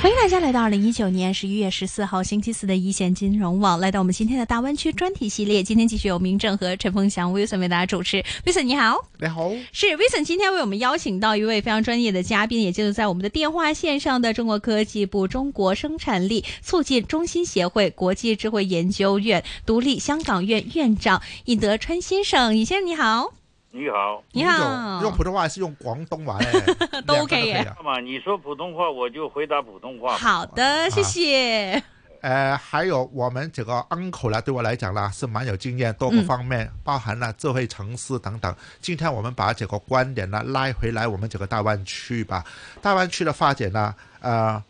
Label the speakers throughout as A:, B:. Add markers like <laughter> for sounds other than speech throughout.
A: 欢迎大家来到二零一九年十一月十四号星期四的一线金融网，来到我们今天的大湾区专题系列。今天继续由明正和陈凤祥 Wilson 为大家主持。Wilson 你好，
B: 你好，
A: 是 Wilson 今天为我们邀请到一位非常专业的嘉宾，也就是在我们的电话线上的中国科技部中国生产力促进中心协会国际智慧研究院独立香港院院长尹德川先生。尹先生你好，
C: 你好，
A: 你
B: 用用
A: 好
B: 普，通话还是用广东话呢？
A: 都
B: 两个
A: OK 耶
B: 可以啊
C: 那么你说普通话，我就回答普通话。
A: 好的，谢谢。
C: 啊
B: 呃，还有我们这个 uncle 啦，对我来讲啦是蛮有经验，多个
A: 嗯
B: 方面，包含了智慧城市等等。今天我们把这个观点呢拉回来，我们整个大湾区吧，大湾区的发展呢，呃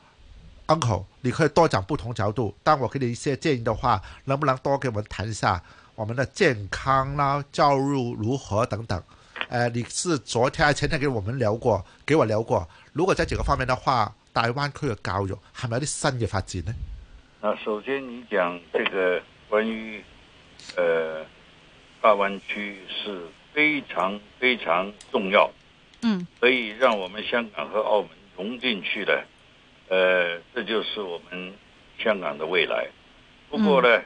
B: ，uncle 你可以多讲不同角度，但我给你一些建议的话，能不能多给我们谈一下我们的健康啦、教育如何等等？呃，你是昨天还前天给我们聊過，给我聊過。如果在這個方面的話，大灣區嘅教育係咪有啲新嘅發展呢？
C: 那首先你讲这个关于呃大湾区是非常非常重要，
A: 嗯
C: 所以让我们香港和澳门融进去的，呃，这就是我们香港的未来。不过呢，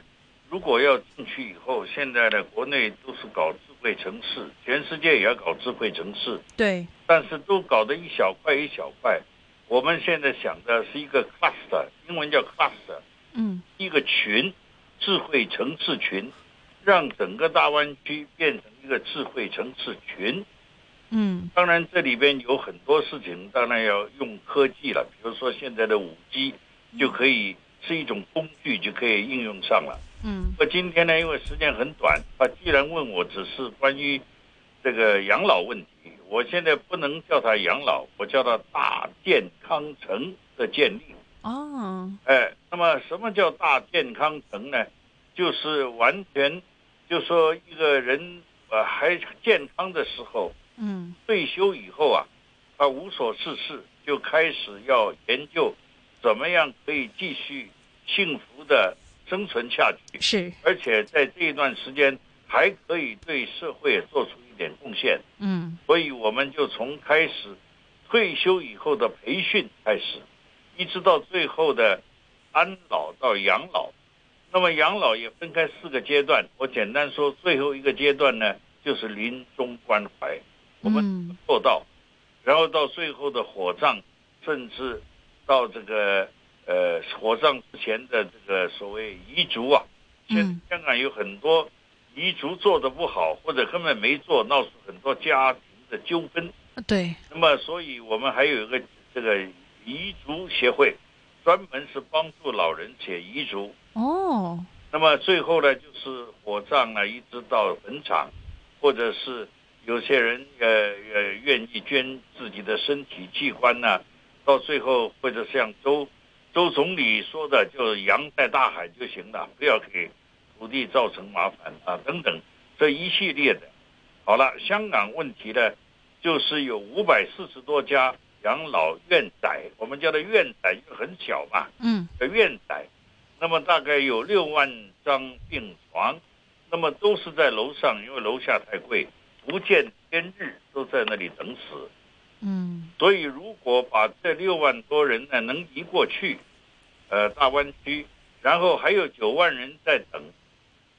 C: 如果要进去以后，现在呢，国内都是搞智慧城市，全世界也要搞智慧城市，
A: 对，
C: 但是都搞得一小块一小块。我们现在想的是一个 cluster，英文叫 cluster，
A: 嗯
C: 一个群，智慧城市群，让整个大湾区变成一个智慧城市群。
A: 嗯
C: 当然，这里边有很多事情，当然要用科技了，比如说现在的五 G 就可以是一种工具，就可以应用上了。
A: 嗯
C: 那今天呢，因为时间很短，他既然问我只是关于这个养老问题，我现在不能叫它养老，我叫它大健康城的建立。
A: 哦，
C: 哎，那么什么叫大健康城呢？就是完全，就说一个人呃还健康的时候，
A: 嗯
C: 退休以后啊，他无所事事，就开始要研究怎么样可以继续幸福的生存下去。
A: 是，
C: 而且在这一段时间还可以对社会做出一点贡献，
A: 嗯
C: 所以我们就从开始退休以后的培训开始，一直到最后的安老到养老。那么养老也分开四个阶段，我简单说，最后一个阶段呢，就是临终关怀，我
A: 嗯
C: 们做到，然后到最后的火葬，甚至到这个呃火葬之前的这个所谓遗嘱啊，现
A: 嗯
C: 在香港有很多遗嘱做的不好，或者根本没做，闹出很多家庭的纠纷。
A: 对，
C: 那么，所以我们还有一个这个遗嘱协会，专门是帮助老人写遗嘱。
A: 哦，
C: 那么最后呢，就是火葬啊，一直到坟场，或者是有些人呃呃愿意捐自己的身体器官呢、到最后或者像周周总理说的，就洋在大海就行了，不要给土地造成麻烦啊等等这一系列的。好了，香港问题呢，就是有五百四十多家养老院仔，我们叫它院仔，就很小嘛，
A: 嗯
C: 的院仔，那么大概有六万张病床，那么都是在楼上，因为楼下太贵，不见天日都在那里等死。
A: 嗯
C: 所以如果把这六万多人呢能移过去，呃，大湾区，然后还有九万人在等，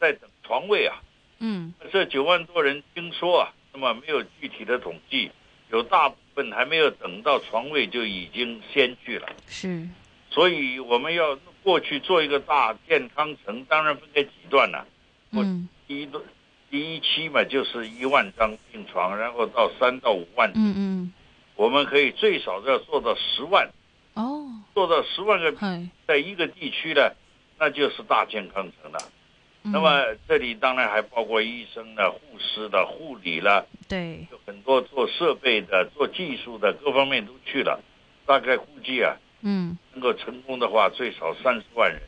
C: 在等床位啊。
A: 嗯
C: 这九万多人听说啊，那么没有具体的统计，有大部分还没有等到床位就已经先去了。
A: 是，
C: 所以我们要过去做一个大健康城，当然分开几段了、我
A: 嗯
C: 第一段，第一期嘛，就是一万张病床，然后到三到五万，
A: 嗯嗯，
C: 我们可以最少要做到十万，
A: 哦，
C: 做到十万个
A: 系，
C: 在一个地区呢，那就是大健康城了。
A: 嗯
C: 那么这里当然还包括医生了、护士了、护理了，
A: 对，
C: 有很多做设备的、做技术的，各方面都去了。大概估计啊，
A: 嗯
C: 能够成功的话，最少三十万人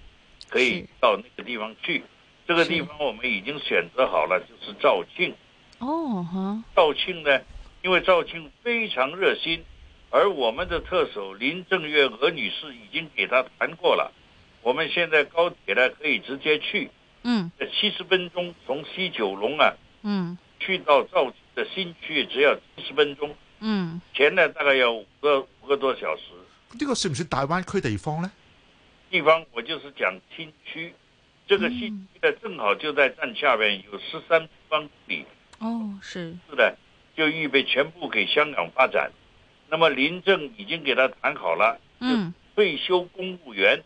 C: 可以
A: 是
C: 到那个地方去。这个
A: 是
C: 地方我们已经选择好了，就是肇庆。
A: 哦哈，
C: 肇庆呢，因为肇庆非常热心，而我们的特首林郑月娥女士已经给他谈过了，我们现在高铁呢可以直接去，
A: 嗯
C: 七十分钟从西九龙啊
A: 嗯
C: 去到肇庆的新区只要七十分钟，
A: 嗯，
C: 前呢大概要五个五个多小时。
B: 呢個算唔算大灣區地方呢？
C: 地方我就是讲新区，这个新区呢正好就在站下面有十三平方公里，
A: 哦是，
C: 是的，就预备全部给香港发展。那么林郑已经给他谈好了，
A: 嗯
C: 退休公务员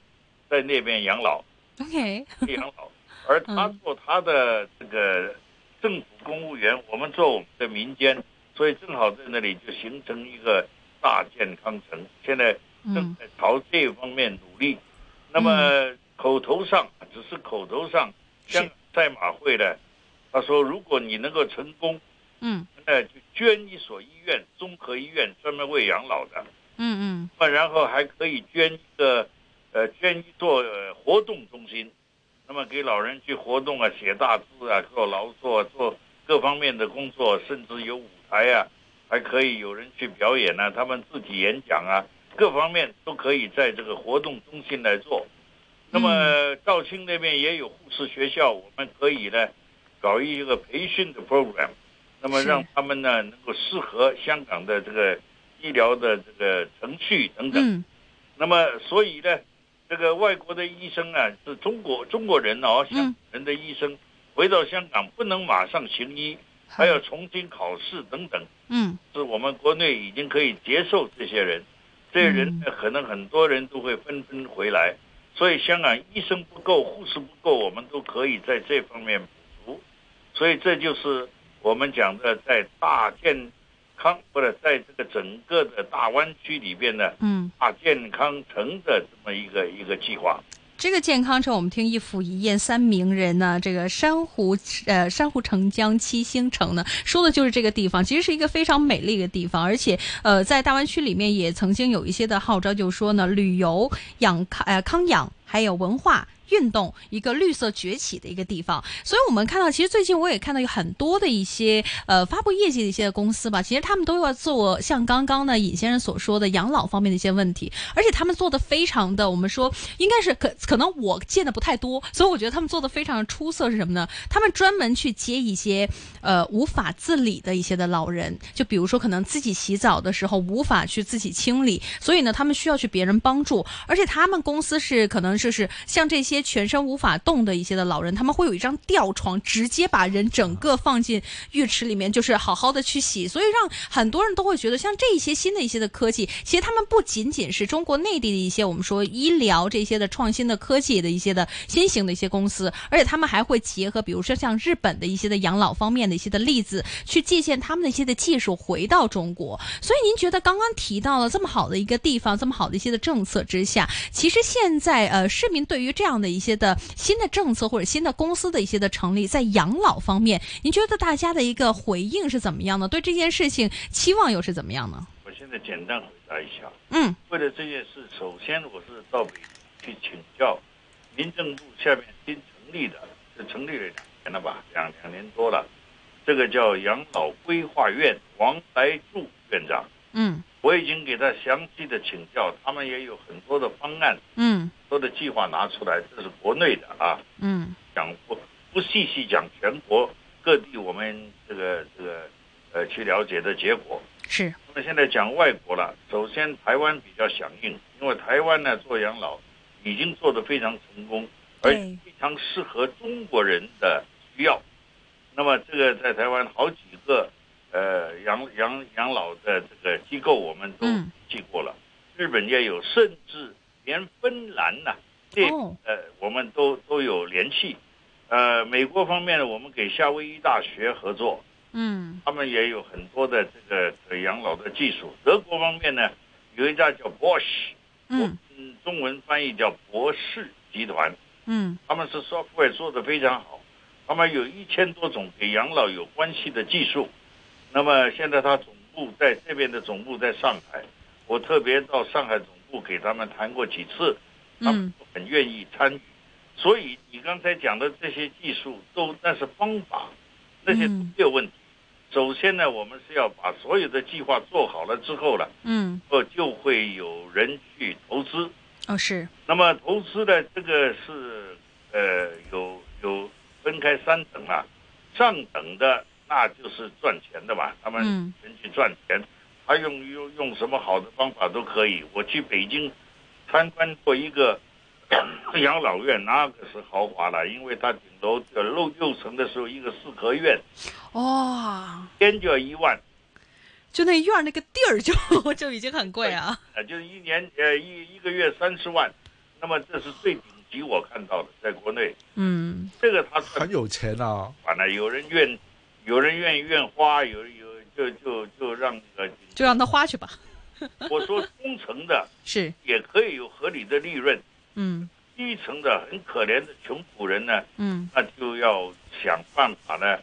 C: 在那边养老，
A: ，OK，
C: 养老，而他
A: 嗯
C: 做他的这个政府公务员，我们做我们的民间，所以正好在那里就形成一个大健康城。现在正
A: 嗯
C: 在朝这方面努力。那么口头上只是口头上，香港赛马会呢，他说如果你能够成功，
A: 嗯
C: 那就捐一所医院，综合医院专门为养老的，
A: 嗯
C: 那么然后还可以捐一个，呃，捐一座、呃活动中心，那么给老人去活动啊，写大字啊，做劳作，做各方面的工作，甚至有舞台啊，还可以有人去表演啊，他们自己演讲啊，各方面都可以在这个活动中心来做。那么肇庆那边也有护士学校，我们可以呢搞一个培训的 program，那么
A: 是
C: 让他们呢能够适合香港的这个医疗的这个程序等
A: 嗯
C: 等。
A: 嗯
C: 那么所以呢，这个外国的医生啊，是中国中国人哦，
A: 嗯
C: 香港人的医生回到香港不能马上行医，
A: 好
C: 还要重新考试等等，
A: 嗯
C: 是我们国内已经可以接受这些人。这些人呢，可能很多人都会纷纷回来，所以香港医生不够，护士不够，我们都可以在这方面补足。所以这就是我们讲的，在大健康或者在这个整个的大湾区里边呢，
A: 嗯，
C: 大健康城的这么一个一个计划。
A: 这个健康城我们听一府一宴三名人呢，这个珊瑚呃珊瑚城江七星城呢，说的就是这个地方，其实是一个非常美丽的地方，而且呃在大湾区里面也曾经有一些的号召，就说呢旅游养康呃康养还有文化。运动一个绿色崛起的一个地方，所以我们看到，其实最近我也看到有很多的一些呃发布业绩的一些公司吧，其实他们都要做像刚刚呢尹先生所说的养老方面的一些问题，而且他们做的非常的，我们说应该是可可能我见的不太多，所以我觉得他们做的非常出色是什么呢？他们专门去接一些呃无法自理的一些的老人，就比如说可能自己洗澡的时候无法去自己清理，所以呢他们需要去别人帮助，而且他们公司是可能就是像这些全身无法动的一些的老人，他们会有一张吊床，直接把人整个放进浴池里面，就是好好的去洗，所以让很多人都会觉得，像这一些新的一些的科技，其实他们不仅仅是中国内地的一些我们说医疗这些的创新的科技的一些的新型的一些公司，而且他们还会结合，比如说像日本的一些的养老方面的一些的例子，去借鉴他们的一些的技术回到中国。所以您觉得刚刚提到了这么好的一个地方，这么好的一些的政策之下，其实现在呃市民对于这样的一些的新的政策或者新的公司的一些的成立，在养老方面，您觉得大家的一个回应是怎么样呢？对这件事情期望又是怎么样呢？
C: 我现在简单回答一下，
A: 嗯
C: 为了这件事，首先我是到北京去请教民政部下面新成立的，就成立了两年了吧，两两年多了，这个叫养老规划院王来柱院长，
A: 嗯
C: 我已经给他详细的请教，他们也有很多的方案、
A: 嗯
C: 很多的计划拿出来，这是国内的啊，
A: 嗯
C: 讲不不细细讲全国各地我们这个这个呃去了解的结果。
A: 是
C: 那么现在讲外国了，首先台湾比较响应，因为台湾呢做养老已经做得非常成功，而
A: 对
C: 且非常适合中国人的需要。那么这个在台湾好几个呃养养养老的这个机构我们都
A: 嗯
C: 记过了，日本也有，甚至连芬兰呐、这
A: 哦
C: 呃我们都都有联系。呃，美国方面呢，我们给夏威夷大学合作，
A: 嗯
C: 他们也有很多的这个呃养老的技术。德国方面呢，有一家叫 Bosch，
A: 嗯
C: 嗯，中文翻译叫博士集团，
A: 嗯
C: 他们是 software 做得非常好，他们有一千多种给养老有关系的技术。那么现在他总部在这边的总部在上海，我特别到上海总部给他们谈过几次，他们
A: 嗯
C: 都很愿意参与。所以你刚才讲的这些技术都那是方法，那些都没有问题。首先呢，我们是要把所有的计划做好了之后呢，
A: 嗯，
C: 呃，就会有人去投资。
A: 哦是，
C: 那么投资呢，这个是呃有有分开三等啊，上等的那就是赚钱的嘛，他们
A: 嗯
C: 人去赚钱，他用用用什么好的方法都可以。我去北京参观过一个 <coughs> 养老院，那个是豪华了，因为它顶楼呃六六层的时候一个四合院，
A: 哇、
C: 天就要一万。
A: 就那院儿那个地儿就 <laughs> 就已经很贵啊。
C: 啊，就是一年呃一一个月三十万，那么这是最顶级我看到的，在国内
A: 嗯，
C: 这个他算
B: 很有钱啊，
C: 完了，有人愿有人愿意愿花，有人有就就就让那个，
A: 就让他花去吧。
C: 我说中层的
A: 是，
C: 也可以有合理的利润，
A: 嗯
C: 低层的很可怜的穷苦人呢，
A: 嗯
C: 那就要想办法呢，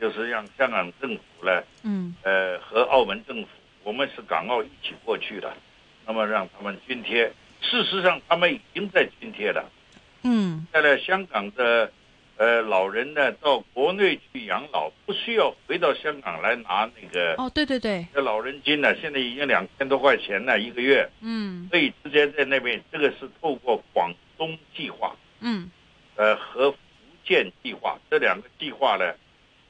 C: 就是让香港政府呢，
A: 嗯
C: 呃和澳门政府，我们是港澳一起过去的，那么让他们津贴。事实上，他们已经在津贴了。
A: 嗯，
C: 现在香港的呃老人呢，到国内去养老，不需要回到香港来拿那个
A: 哦对对对，
C: 这老人金呢，现在已经两千多块钱了一个月，
A: 嗯
C: 所以直接在那边，这个是透过广东计划，
A: 嗯
C: 呃和福建计划这两个计划呢，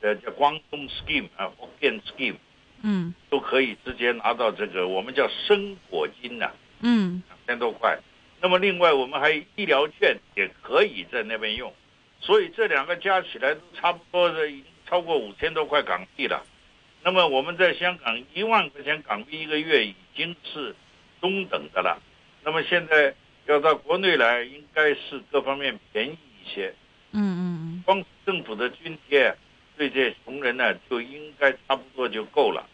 C: 呃叫广东 scheme 啊，福建 scheme
A: 嗯
C: 都可以直接拿到这个我们叫生果金呐、
A: 嗯
C: 两千多块。那么另外我们还有医疗券也可以在那边用，所以这两个加起来都差不多的已经超过五千多块港币了。那么我们在香港一万块钱港币一个月已经是中等的了，那么现在要到国内来，应该是各方面便宜一些。
A: 嗯嗯
C: 光政府的津贴对这穷人呢，就应该差不多就够了，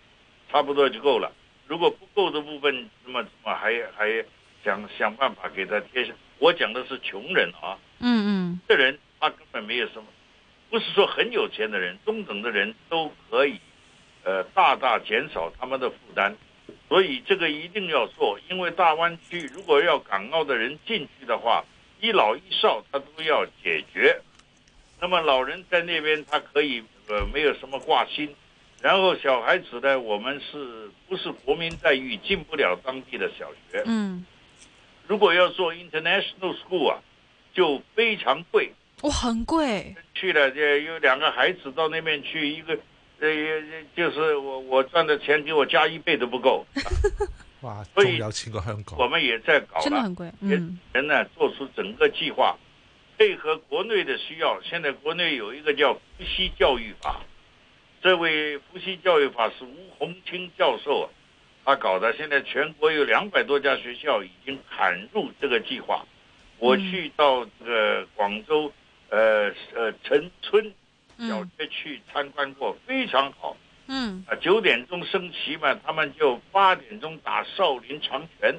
C: 差不多就够了。如果不够的部分，那么怎么还还想想办法给他贴上？我讲的是穷人啊，
A: 嗯嗯
C: 这人他根本没有什么，不是说很有钱的人，中等的人都可以，呃，大大减少他们的负担。所以这个一定要做，因为大湾区如果要港澳的人进去的话，一老一少他都要解决。那么老人在那边他可以呃没有什么挂心，然后小孩子呢，我们是不是国民待遇进不了当地的小学？
A: 嗯，
C: 如果要做 international school 啊，就非常贵。
A: 哇很贵，
C: 去了，这有两个孩子到那边去，一个，呃，就是我我赚的钱给我加一倍都
A: <laughs>
C: 不够，
B: 哇，
C: 所
B: 仲
C: 以
B: 有錢過香港
C: 我。们也在搞
A: 真的
C: 了。
A: 很贵。
C: 也
A: 嗯
C: 人呢做出整个计划，配合国内的需要。现在国内有一个叫伏羲教育法，这位伏羲教育法是吴洪清教授啊他搞的。现在全国有两百多家学校已经砍入这个计划。我
A: 嗯
C: 去到这个广州，呃呃陈村小
A: 嗯
C: 学去参观过，非常好
A: 嗯
C: 啊！九点钟升旗嘛，他们就八点钟打少林长拳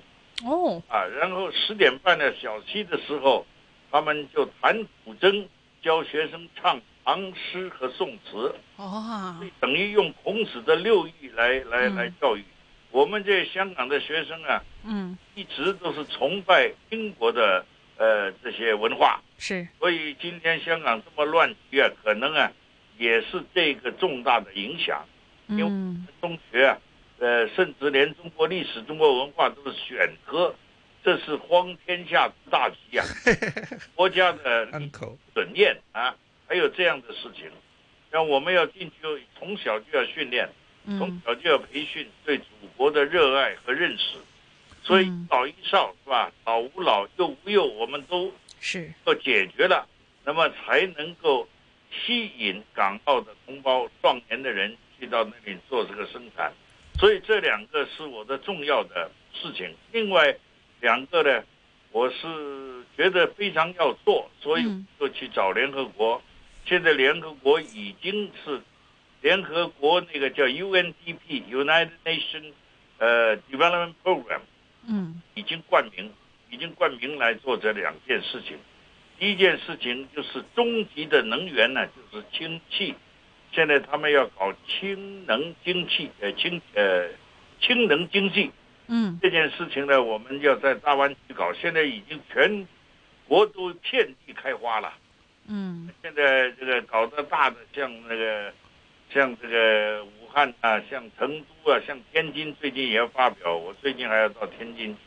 A: 哦
C: 啊，然后十点半呢小息的时候，他们就弹古筝，教学生唱唐诗和宋词，
A: 哦啊
C: 等于用孔子的六艺来来
A: 嗯
C: 来教育。我们这香港的学生啊，
A: 嗯
C: 一直都是崇拜英国的呃这些文化，
A: 是
C: 所以今天香港这么乱局啊，可能啊也是这个重大的影响。因为
A: 嗯
C: 中学啊，呃，甚至连中国历史、中国文化都是选科，这是荒天下之大稽
A: <laughs>
C: 啊！国家的
B: Uncle，
C: 准念啊，还有这样的事情，那我们要进去，从小就要训练，从
A: 嗯
C: 小就要培训对祖国的热爱和认识，所以一
A: 嗯
C: 老一少是吧？老吾老，幼吾幼，我们都
A: 是
C: 要解决了，那么才能够吸引港澳的同胞、壮年的人去到那里做这个生产。所以这两个是我的重要的事情。另外两个呢，我是觉得非常要做，所以
A: 嗯
C: 我就去找联合国。现在联合国已经是联合国那个叫 UNDP（United Nations 呃 Development Program）。
A: 嗯
C: 已经冠名，已经冠名来做这两件事情。第一件事情就是终极的能源呢，就是氢气。现在他们要搞氢能经济，呃，氢呃氢能经济
A: 嗯
C: 这件事情呢，我们要在大湾区搞。现在已经全国都遍地开花了。
A: 嗯
C: 现在这个搞得大的，像那个像这个武汉啊，像成都啊，像天津，最近也要发表。我最近还要到天津去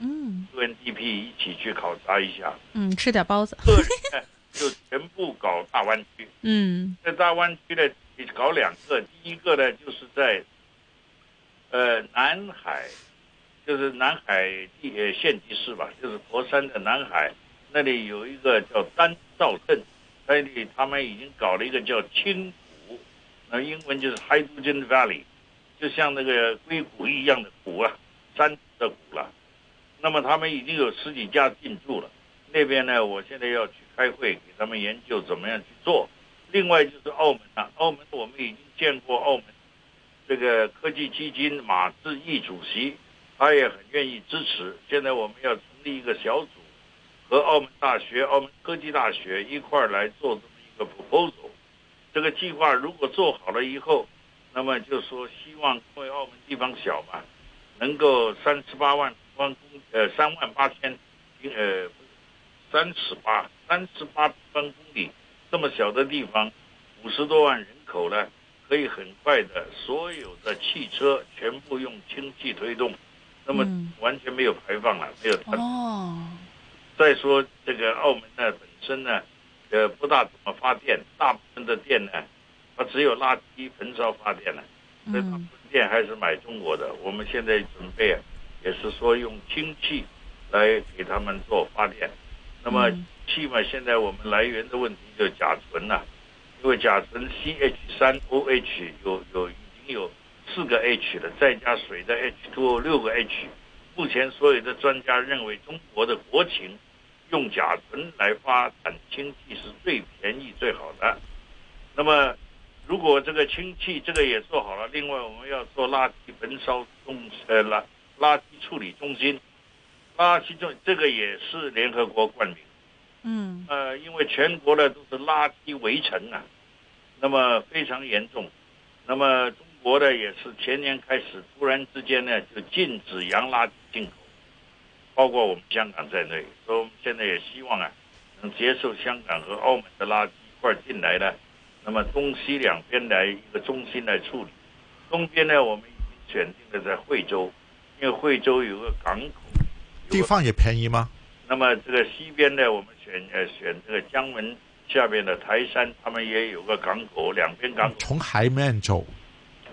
A: 嗯
C: UNDP 一起去考察一下，
A: 嗯，吃点包子，
C: 个人呢就全部搞大湾区。
A: 嗯
C: 在大湾区呢，搞两个，第一个呢就是在，呃，南海，就是南海地呃县级市吧，就是佛山的南海那里有一个叫丹兆镇，那里他们已经搞了一个叫青谷，那英文就是 Hydrogen Valley，就像那个硅谷一样的谷啊，山的谷了、那么他们已经有十几家进驻了，那边呢，我现在要去开会，给他们研究怎么样去做。另外就是澳门啊，澳门我们已经见过澳门这个科技基金马志毅主席，他也很愿意支持。现在我们要成立一个小组，和澳门大学、澳门科技大学一块儿来做这么一个 proposal。这个计划如果做好了以后，那么就说希望，因为澳门地方小嘛，能够三十八万平方公呃三万八千平呃三十八三十八平方公里这么小的地方，五十多万人口呢，可以很快的所有的汽车全部用氢气推动，那么
A: 嗯
C: 完全没有排放了，没有碳
A: 哦，
C: 再说这个澳门呢本身呢，呃不大怎么发电，大部分的电呢，它只有垃圾焚烧发电了，
A: 嗯
C: 所以大部分电还是买中国的。我们现在准备啊，也是说用氢气来给他们做发电。那么
A: 嗯
C: 气嘛，现在我们来源的问题就是甲醇呐、因为甲醇 CH 三 OH 有有已经有四个 H 了，再加水的 H2O 六个 H。目前所有的专家认为，中国的国情用甲醇来发展氢气是最便宜最好的。那么，如果这个氢气这个也做好了，另外我们要做垃圾焚烧中呃垃垃圾处理中心，垃圾中这个也是联合国冠名。
A: 嗯
C: 呃，因为全国呢都是垃圾围城啊，那么非常严重。那么中国呢也是前年开始突然之间呢就禁止洋垃圾进口，包括我们香港在内。所以我们现在也希望啊能接受香港和澳门的垃圾一块儿进来呢，那么东西两边来一个中心来处理。东边呢我们已经选定了在惠州，因为惠州有个港口，有个
B: 地方也便宜吗？
C: 那么这个西边呢，我们选呃选这个江门下边的台山，他们也有个港口，两边港口。
B: 从海面走，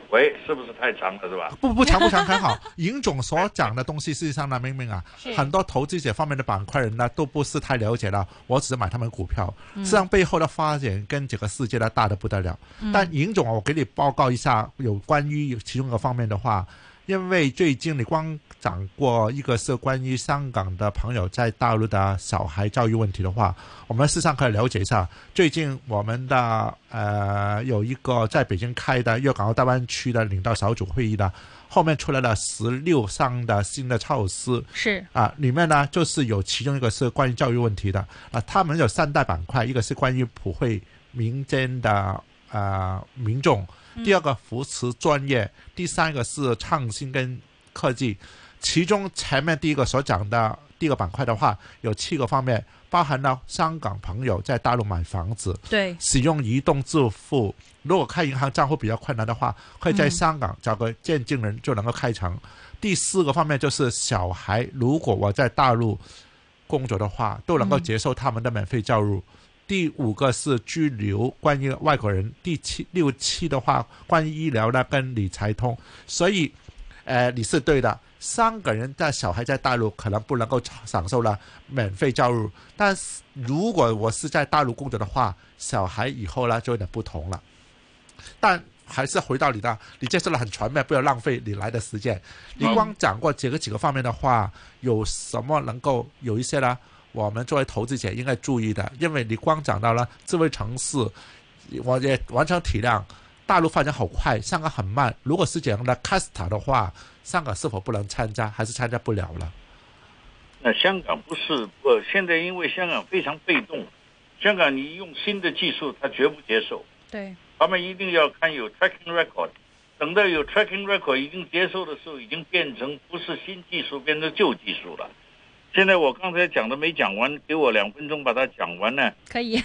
C: 喂，是不是太长了是吧？
B: 不不长不长很好。尹总所讲的东西，事实上呢，明明啊，很多投资者方面的板块人呢，都不是太了解了。我只是买他们股票，实际上背后的发展跟整个世界呢大的不得了。但尹总啊，我给你报告一下，有关于其中一个方面的话，因为最近你光讲过一个是关于香港的朋友在大陆的小孩教育问题的话，我们事实上可以了解一下。最近我们的呃有一个在北京开的粤港澳大湾区的领导小组会议的，后面出来了十六项的新的措施。
A: 是
B: 啊，里面呢就是有其中一个是关于教育问题的啊，他们有三大板块，一个是关于普惠民间的呃民众，第二个扶持专业，第三个是创新跟科技。其中前面第一个所讲的第一个板块的话，有七个方面，包含了香港朋友在大陆买房子，
A: 对，
B: 使用移动支付。如果开银行账户比较困难的话，可以在香港找个见证人就能够开成。第四个方面就是小孩，如果我在大陆工作的话，都能够接受他们的免费教育。第五个是居留，关于外国人；第七六七的话，关于医疗呢跟理财通。所以，呃，你是对的。香港人的小孩在大陆可能不能够享受了免费教育，但是如果我是在大陆工作的话，小孩以后呢就有点不同了。但还是回到你的，你介绍的很全面，不要浪费你来的时间。你光讲过这个几个方面的话，有什么能够有一些呢？我们作为投资者应该注意的，因为你光讲到了智慧城市，我也完全体谅。大陆发展好快，香港很慢。如果是这样的 Casta 的话，香港是否不能参加，还是参加不了了？
C: 那香港不是呃，现在因为香港非常被动，香港你用新的技术，他绝不接受。
A: 对，
C: 他们一定要看有 tracking record。等到有 tracking record 已经接受的时候，已经变成不是新技术，变成旧技术了。现在我刚才讲的没讲完，给我两分钟把它讲完呢。
A: 可以，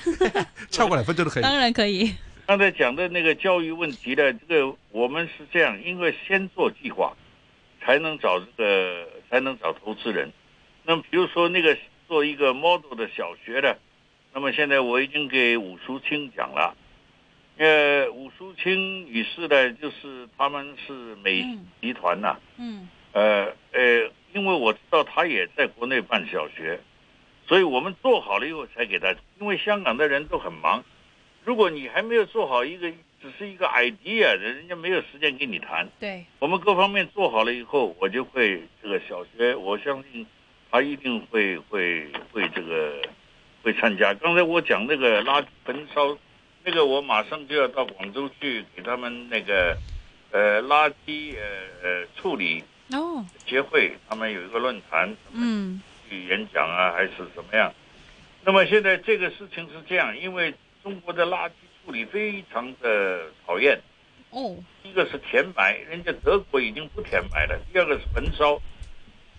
B: 超过两分钟都可以。
A: 当然可以，
C: 刚才讲的那个教育问题呢，这个我们是这样，因为先做计划，才能找这个才能找投资人。那么比如说那个做一个 model 的小学呢，那么现在我已经给武淑清讲了。呃，武淑清女士呢，就是他们是美
A: 嗯
C: 集团呐、
A: 嗯
C: 呃呃，因为我知道他也在国内办小学，所以我们做好了以后才给他。因为香港的人都很忙，如果你还没有做好一个，只是一个 idea，人家没有时间跟你谈。
A: 对，
C: 我们各方面做好了以后，我就会这个小学，我相信他一定会会会这个会参加。刚才我讲那个垃圾焚烧，那个我马上就要到广州去给他们那个呃垃圾呃呃处理
A: 哦，
C: 协会，他们有一个论坛，
A: 嗯
C: 去演讲啊，还是怎么样？那么现在这个事情是这样，因为中国的垃圾处理非常的讨厌。
A: 哦，
C: 一个是填埋，人家德国已经不填埋了；第二个是焚烧，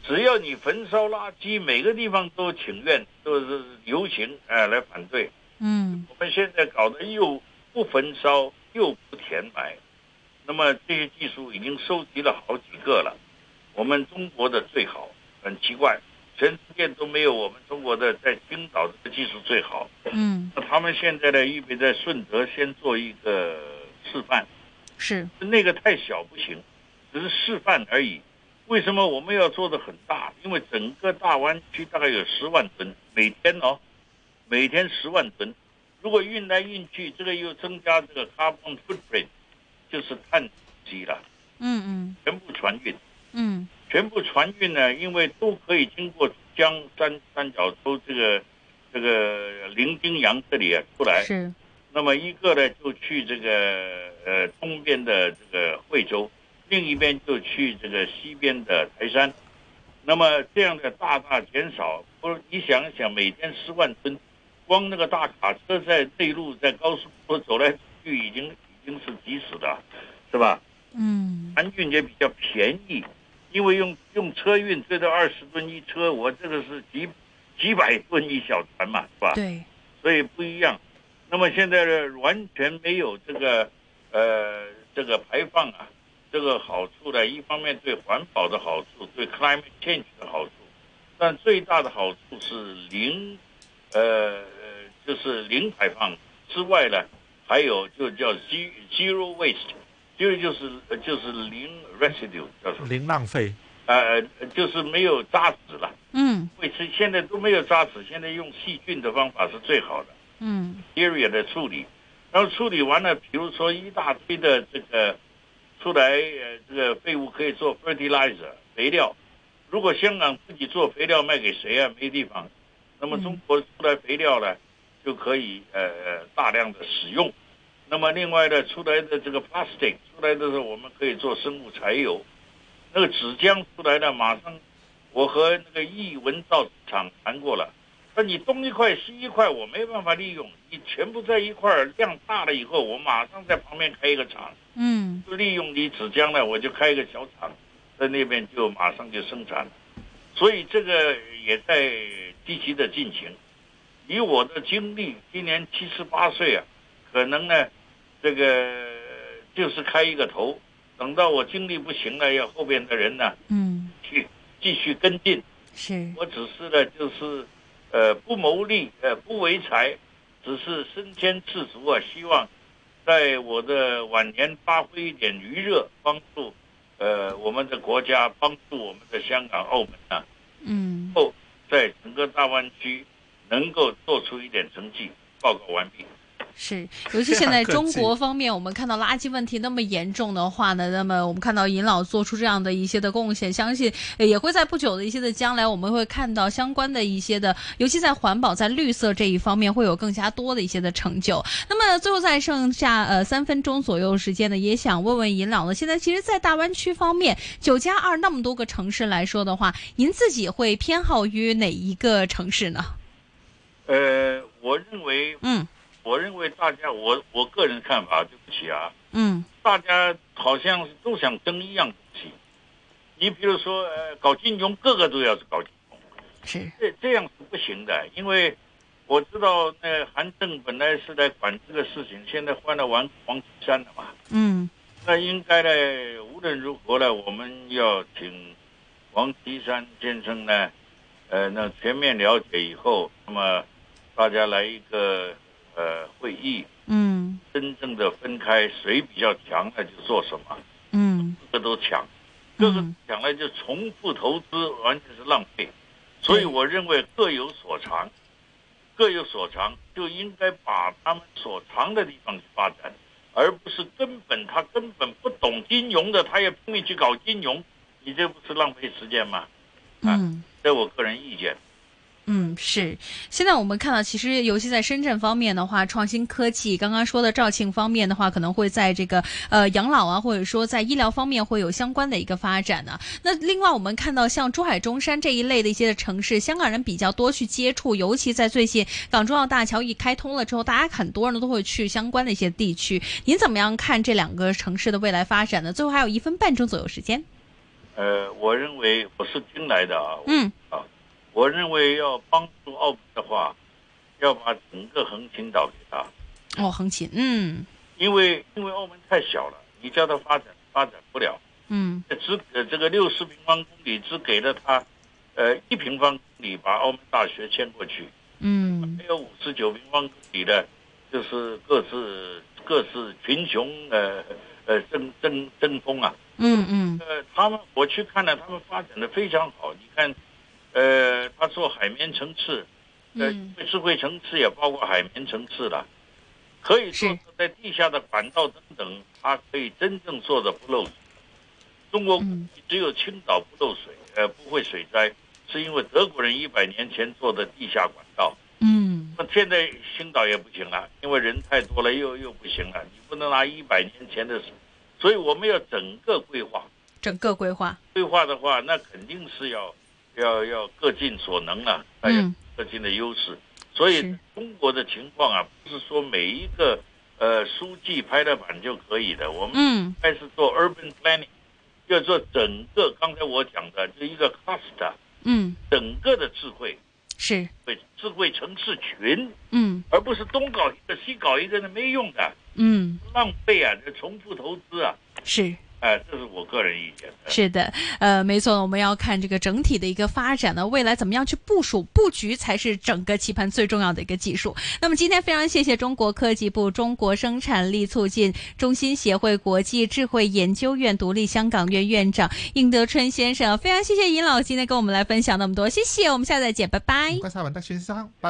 C: 只要你焚烧垃圾，每个地方都请愿，都是游行，哎、来反对。
A: 嗯
C: 我们现在搞得又不焚烧又不填埋，那么这些技术已经收集了好几个了。我们中国的最好，很奇怪，全世界都没有我们中国的在青岛的技术最好。
A: 嗯，
C: 那他们现在呢，预备在顺德先做一个示范。
A: 是，
C: 那个太小不行，只是示范而已。为什么我们要做的很大？因为整个大湾区大概有十万吨，每天哦，每天十万吨。如果运来运去，这个又增加这个 carbon footprint，就是碳基了。
A: 嗯
C: 全部船运，
A: 嗯嗯
C: 全部船运呢，因为都可以经过珠江三三角洲这个这个伶仃洋这里啊出来。
A: 是，
C: 那么一个呢就去这个呃东边的这个惠州，另一边就去这个西边的台山。那么这样的大大减少，不是你想一想，每天十万吨，光那个大卡车在内陆在高速公路走来走去，已经已经是急死的，是吧？
A: 嗯
C: 船运也比较便宜，因为用用车运最多二十吨一车，我这个是几几百吨一小船嘛，是吧？
A: 对，
C: 所以不一样。那么现在呢，完全没有这个呃这个排放啊，这个好处呢，一方面对环保的好处，对 climate change 的好处，但最大的好处是零呃呃就是零排放之外呢，还有就叫 ze- zero waste。zero 就是呃就是零 residue，叫什么？
B: 零浪费。
C: 呃，就是没有渣子了。
A: 嗯
C: 卫生现在都没有渣子，现在用细菌的方法是最好的。
A: 嗯
C: area 的处理，然后处理完了，比如说一大堆的这个出来呃这个废物可以做 fertilizer 肥料，如果香港自己做肥料卖给谁啊？没地方，那么中国出来肥料呢，就可以呃呃大量的使用。那么另外呢，出来的这个 plastic 出来的时候，我们可以做生物柴油，那个纸浆出来呢，马上我和那个易文造纸厂谈过了。那你东一块西一块，我没办法利用，你全部在一块儿量大了以后，我马上在旁边开一个厂，
A: 嗯
C: 就利用你纸浆呢，我就开一个小厂，在那边就马上就生产了。所以这个也在积极的进行。以我的经历，今年七十八岁啊，可能呢，这个就是开一个头，等到我精力不行了，要后边的人呢
A: 嗯
C: 去继续跟进。
A: 是，
C: 我只是呢，就是呃不谋利，呃不为财，只是身先士卒啊，希望在我的晚年发挥一点余热，帮助呃我们的国家，帮助我们的香港、澳门啊，
A: 嗯
C: 后在整个大湾区能够做出一点成绩。报告完毕。
A: 是，尤其现在
B: 这样
A: 中
B: 客气
A: 国方面，我们看到垃圾问题那么严重的话呢，那么我们看到尹老做出这样的一些的贡献，相信呃也会在不久的一些的将来，我们会看到相关的一些的，尤其在环保、在绿色这一方面，会有更加多的一些的成就。那么最后在剩下呃三分钟左右时间呢，也想问问尹老呢，现在其实，在大湾区方面，九加二那么多个城市来说的话，您自己会偏好于哪一个城市呢？
C: 呃，我认为，
A: 嗯
C: 我认为大家，我我个人看法，对不起啊，
A: 嗯
C: 大家好像都想争一样东西。你比如说，呃，搞金融，个个都要搞金融，
A: 是
C: 这这样是不行的，因为我知道那韩正本来是在管这个事情，现在换了王王岐山了嘛。
A: 嗯
C: 那应该呢，无论如何呢，我们要请王岐山先生呢，呃，那全面了解以后，那么大家来一个呃会议，
A: 嗯
C: 真正的分开谁比较强，那就做什么，
A: 嗯
C: 这都抢，就是
A: 嗯
C: 抢来就重复投资，完全是浪费。所以我认为各有所长，各有所长就应该把他们所长的地方去发展，而不是根本他根本不懂金融的，他也拼命去搞金融，你这不是浪费时间吗？
A: 嗯。
C: 这我个人意见。
A: 嗯，是。现在我们看到，其实尤其在深圳方面的话，创新科技刚刚说的肇庆方面的话，可能会在这个呃养老啊，或者说在医疗方面会有相关的一个发展呢、那另外，我们看到像珠海、中山这一类的一些的城市，香港人比较多去接触，尤其在最近港珠澳大桥一开通了之后，大家很多人都会去相关的一些地区。您怎么样看这两个城市的未来发展呢？最后还有一分半钟左右时间。
C: 呃，我认为我是听来的啊，
A: 嗯
C: 我认为要帮助澳门的话，要把整个横琴岛给他，
A: 哦，横琴，嗯
C: 因为因为澳门太小了，你叫他发展发展不了。
A: 嗯
C: 只呃这个六十平方公里只给了他，呃一平方公里把澳门大学迁过去，
A: 嗯
C: 还有五十九平方公里的，就是各自各自群雄呃呃争争争锋啊。
A: 嗯嗯
C: 呃，他们我去看了，他们发展的非常好。你看，呃，他做海绵城市，呃
A: 嗯，
C: 智慧城市也包括海绵城市了，可以做
A: 是
C: 到在地下的管道等等，它可以真正做的不漏水。中国
A: 嗯
C: 只有青岛不漏水，呃，不会水灾，是因为德国人一百年前做的地下管道。
A: 嗯
C: 那现在青岛也不行了，因为人太多了，又又不行了。你不能拿一百年前的水，所以我们要整个规划。
A: 整个规划。
C: 规划的话，那肯定是要要要各尽所能啊，大家
A: 嗯
C: 各尽的优势。所以
A: 是
C: 中国的情况啊，不是说每一个呃书记拍了板就可以的，我们
A: 嗯
C: 开始做 urban planning，要做整个刚才我讲的这一个 cluster，
A: 嗯，
C: 整个的智慧。
A: 是，
C: 对智慧城市群，
A: 嗯
C: 而不是东搞一个西搞一个，那没用的，
A: 嗯
C: 浪费啊，这重复投资啊，
A: 是。
C: 哎、这是我个人意见。
A: 是的，呃，没错，我们要看这个整体的一个发展呢，未来怎么样去部署布局才是整个棋盘最重要的一个技术。那么今天非常谢谢中国科技部中国生产力促进中心协会国际智慧研究院独立香港院院长应德春先生，非常谢谢尹老师今天跟我们来分享那么多，谢谢，我们下次再见，拜拜
B: 唔。該晒，雲德先生，拜拜。